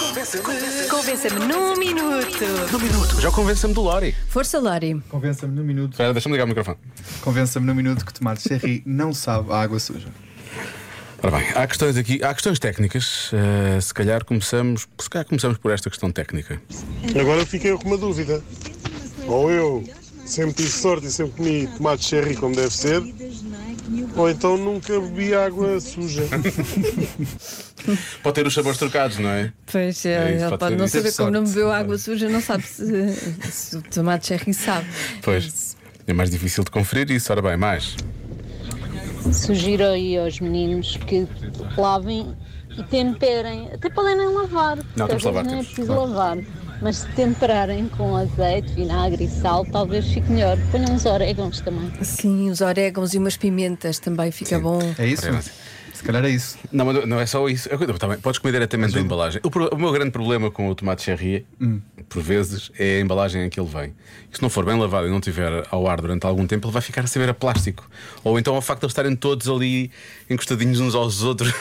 Convença-me. Convença-me num minuto. No minuto, já convença-me do Lori. Força, Lori. Convença-me no minuto, Espera, deixa-me ligar o microfone. convença-me no minuto que Tomás Cherry não sabe a água suja. Ora bem, há questões aqui, há questões técnicas. eh, se calhar começamos, se calhar começamos por esta questão técnica. Agora fiquei com uma dúvida. Ou eu sempre tive sorte e sempre comi tomate cherry como deve ser, ou então nunca bebi água suja. Pode ter os sabores trocados, não é? Pois, É é, isso, ele pode pode, ser não isso. saber Teve como não sorte. bebeu água suja, não sabe se, se o tomate é cherry sabe. Pois. É mais difícil de conferir isso, ora bem, mais. Sugiro aí aos meninos que lavem e temperem. Até podem nem lavar, porque Não, temos às de lavar, vezes nem é temos. preciso Claro. lavar. Mas se temperarem com azeite, vinagre e sal, talvez fique melhor. Ponham uns orégãos também. Sim, os orégãos e umas pimentas também fica bom. É isso? Se calhar é isso. Não, mas não é só isso. Eu- eu também- podes comer diretamente da embalagem. O, pro- o meu grande problema com o tomate cherry, por vezes, é a embalagem em que ele vem. E se não for bem lavado e não tiver ao ar durante algum tempo, ele vai ficar a saber a plástico. Ou então ao facto de eles estarem todos ali encostadinhos uns aos outros.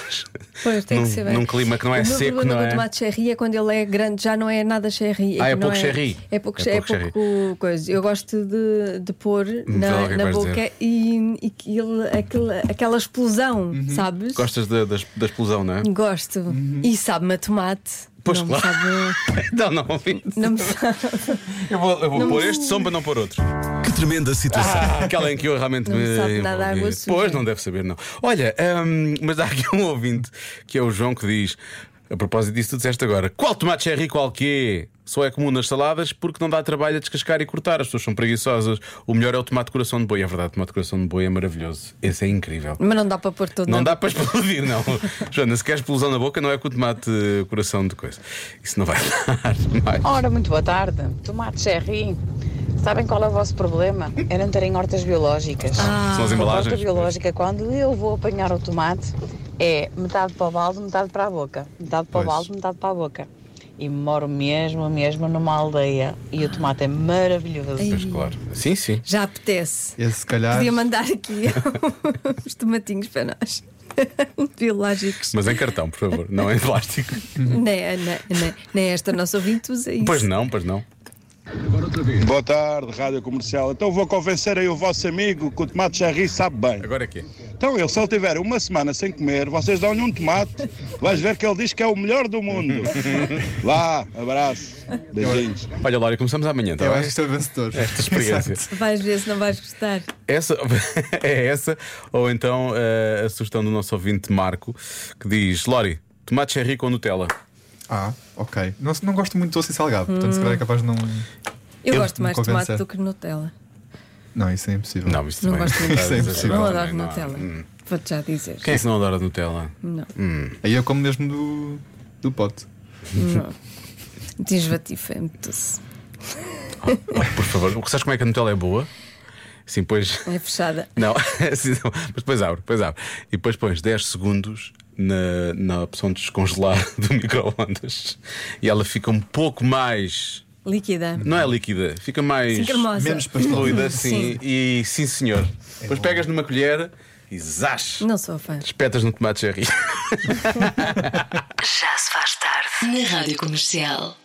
Pois, tem num, que ser bem. Num clima que não é o meu seco, problema não com é? o tomate cherry é quando ele é grande, já não é nada cherry. Ah, é não pouco cherry. É pouco, É é pouco cherry. pouco coisa. Eu gosto de, de pôr Então, na, o que é que na vais boca dizer? e, e que ele- aquela- aquela explosão, Uhum. sabes? Gostas da, da, da explosão, não é? Hum. Gosto. E sabe-me a tomate. Pois não claro. Me sabe, não, não ouvi. não me sabe. Eu vou, eu vou pôr este som para não pôr outro. Que tremenda situação. Aquela em que eu realmente Não me. sabe nada a envolvi. água suja. Pois, não deve saber, não. Olha, hum, mas há aqui um ouvinte que é o João que diz: a propósito disso, tu disseste agora, qual tomate cherry qual quê? Só é comum nas saladas porque não dá trabalho a descascar e cortar. As pessoas são preguiçosas. O melhor é o tomate de coração de boi. É verdade, o tomate de coração de boi é maravilhoso. Esse é incrível. Mas não dá para pôr todo Não na dá para explodir, não. Joana, se quer explosão na boca, não é com o tomate eh, coração de coisa. Isso não vai dar mais. Ora, muito boa tarde. Tomate cherry. Sabem qual é o vosso problema? É não terem hortas biológicas. São as Com a horta embalagens. biológica, quando eu vou apanhar o tomate, é metade para o balde, metade para a boca. Metade para Pois. o balde, metade para a boca. E moro mesmo, mesmo numa aldeia. E o tomate é maravilhoso. Pois, claro. Sim, sim. Já apetece. Esse, se Ah. calhar. Podia mandar aqui os tomatinhos para nós. Biológicos. Né, Mas em cartão, por favor, não em plástico. Nem, nem, nem, nem esta nossa ouvinte usa isso. Uhum. Pois não, pois não. Boa tarde, Rádio Comercial. Então vou convencer aí o vosso amigo que o tomate cherry sabe bem. Agora é que é. Então ele, se ele tiver uma semana sem comer, vocês dão-lhe um tomate, vais ver que ele diz que é o melhor do mundo. Lá, abraço, beijinhos. Olha, Lória, começamos amanhã, tá Eu bem? acho que estou vencedor. Esta experiência. Vais ver se não vais gostar. Essa, é essa, ou então eh, a sugestão do nosso ouvinte Marco, que diz: Lori, tomate cherry com Nutella. Ah, ok. Não, não gosto muito de doce e salgado, portanto, se calhar é capaz de não. Hum. Eu, Eu- gosto mais de Não convence. tomate do que de Nutella. Não, isso é impossível. Não, isso Não também- gosto muito. Isso é impossível. Não Não, adoro não. Hum. Nutella. Vou-te já dizer. Quem é que não adora Nutella? Não. Hum. Aí eu como mesmo do, do pote. Desvatifa, é muito doce. Por favor, sabes como é que a Nutella é boa? Sim, pois. É fechada. Não, assim não. mas depois abre, depois abre. E depois pões 10 segundos na, na opção de descongelar do micro-ondas e ela fica um pouco mais. Líquida. Não é líquida, fica mais. Sim, cremosa. Menos pastel. fluida, sim. Sim. E sim, senhor. Depois pegas numa colher e zás. Não sou fã. Espetas no tomate cherry. Já se faz tarde. Na Rádio Comercial.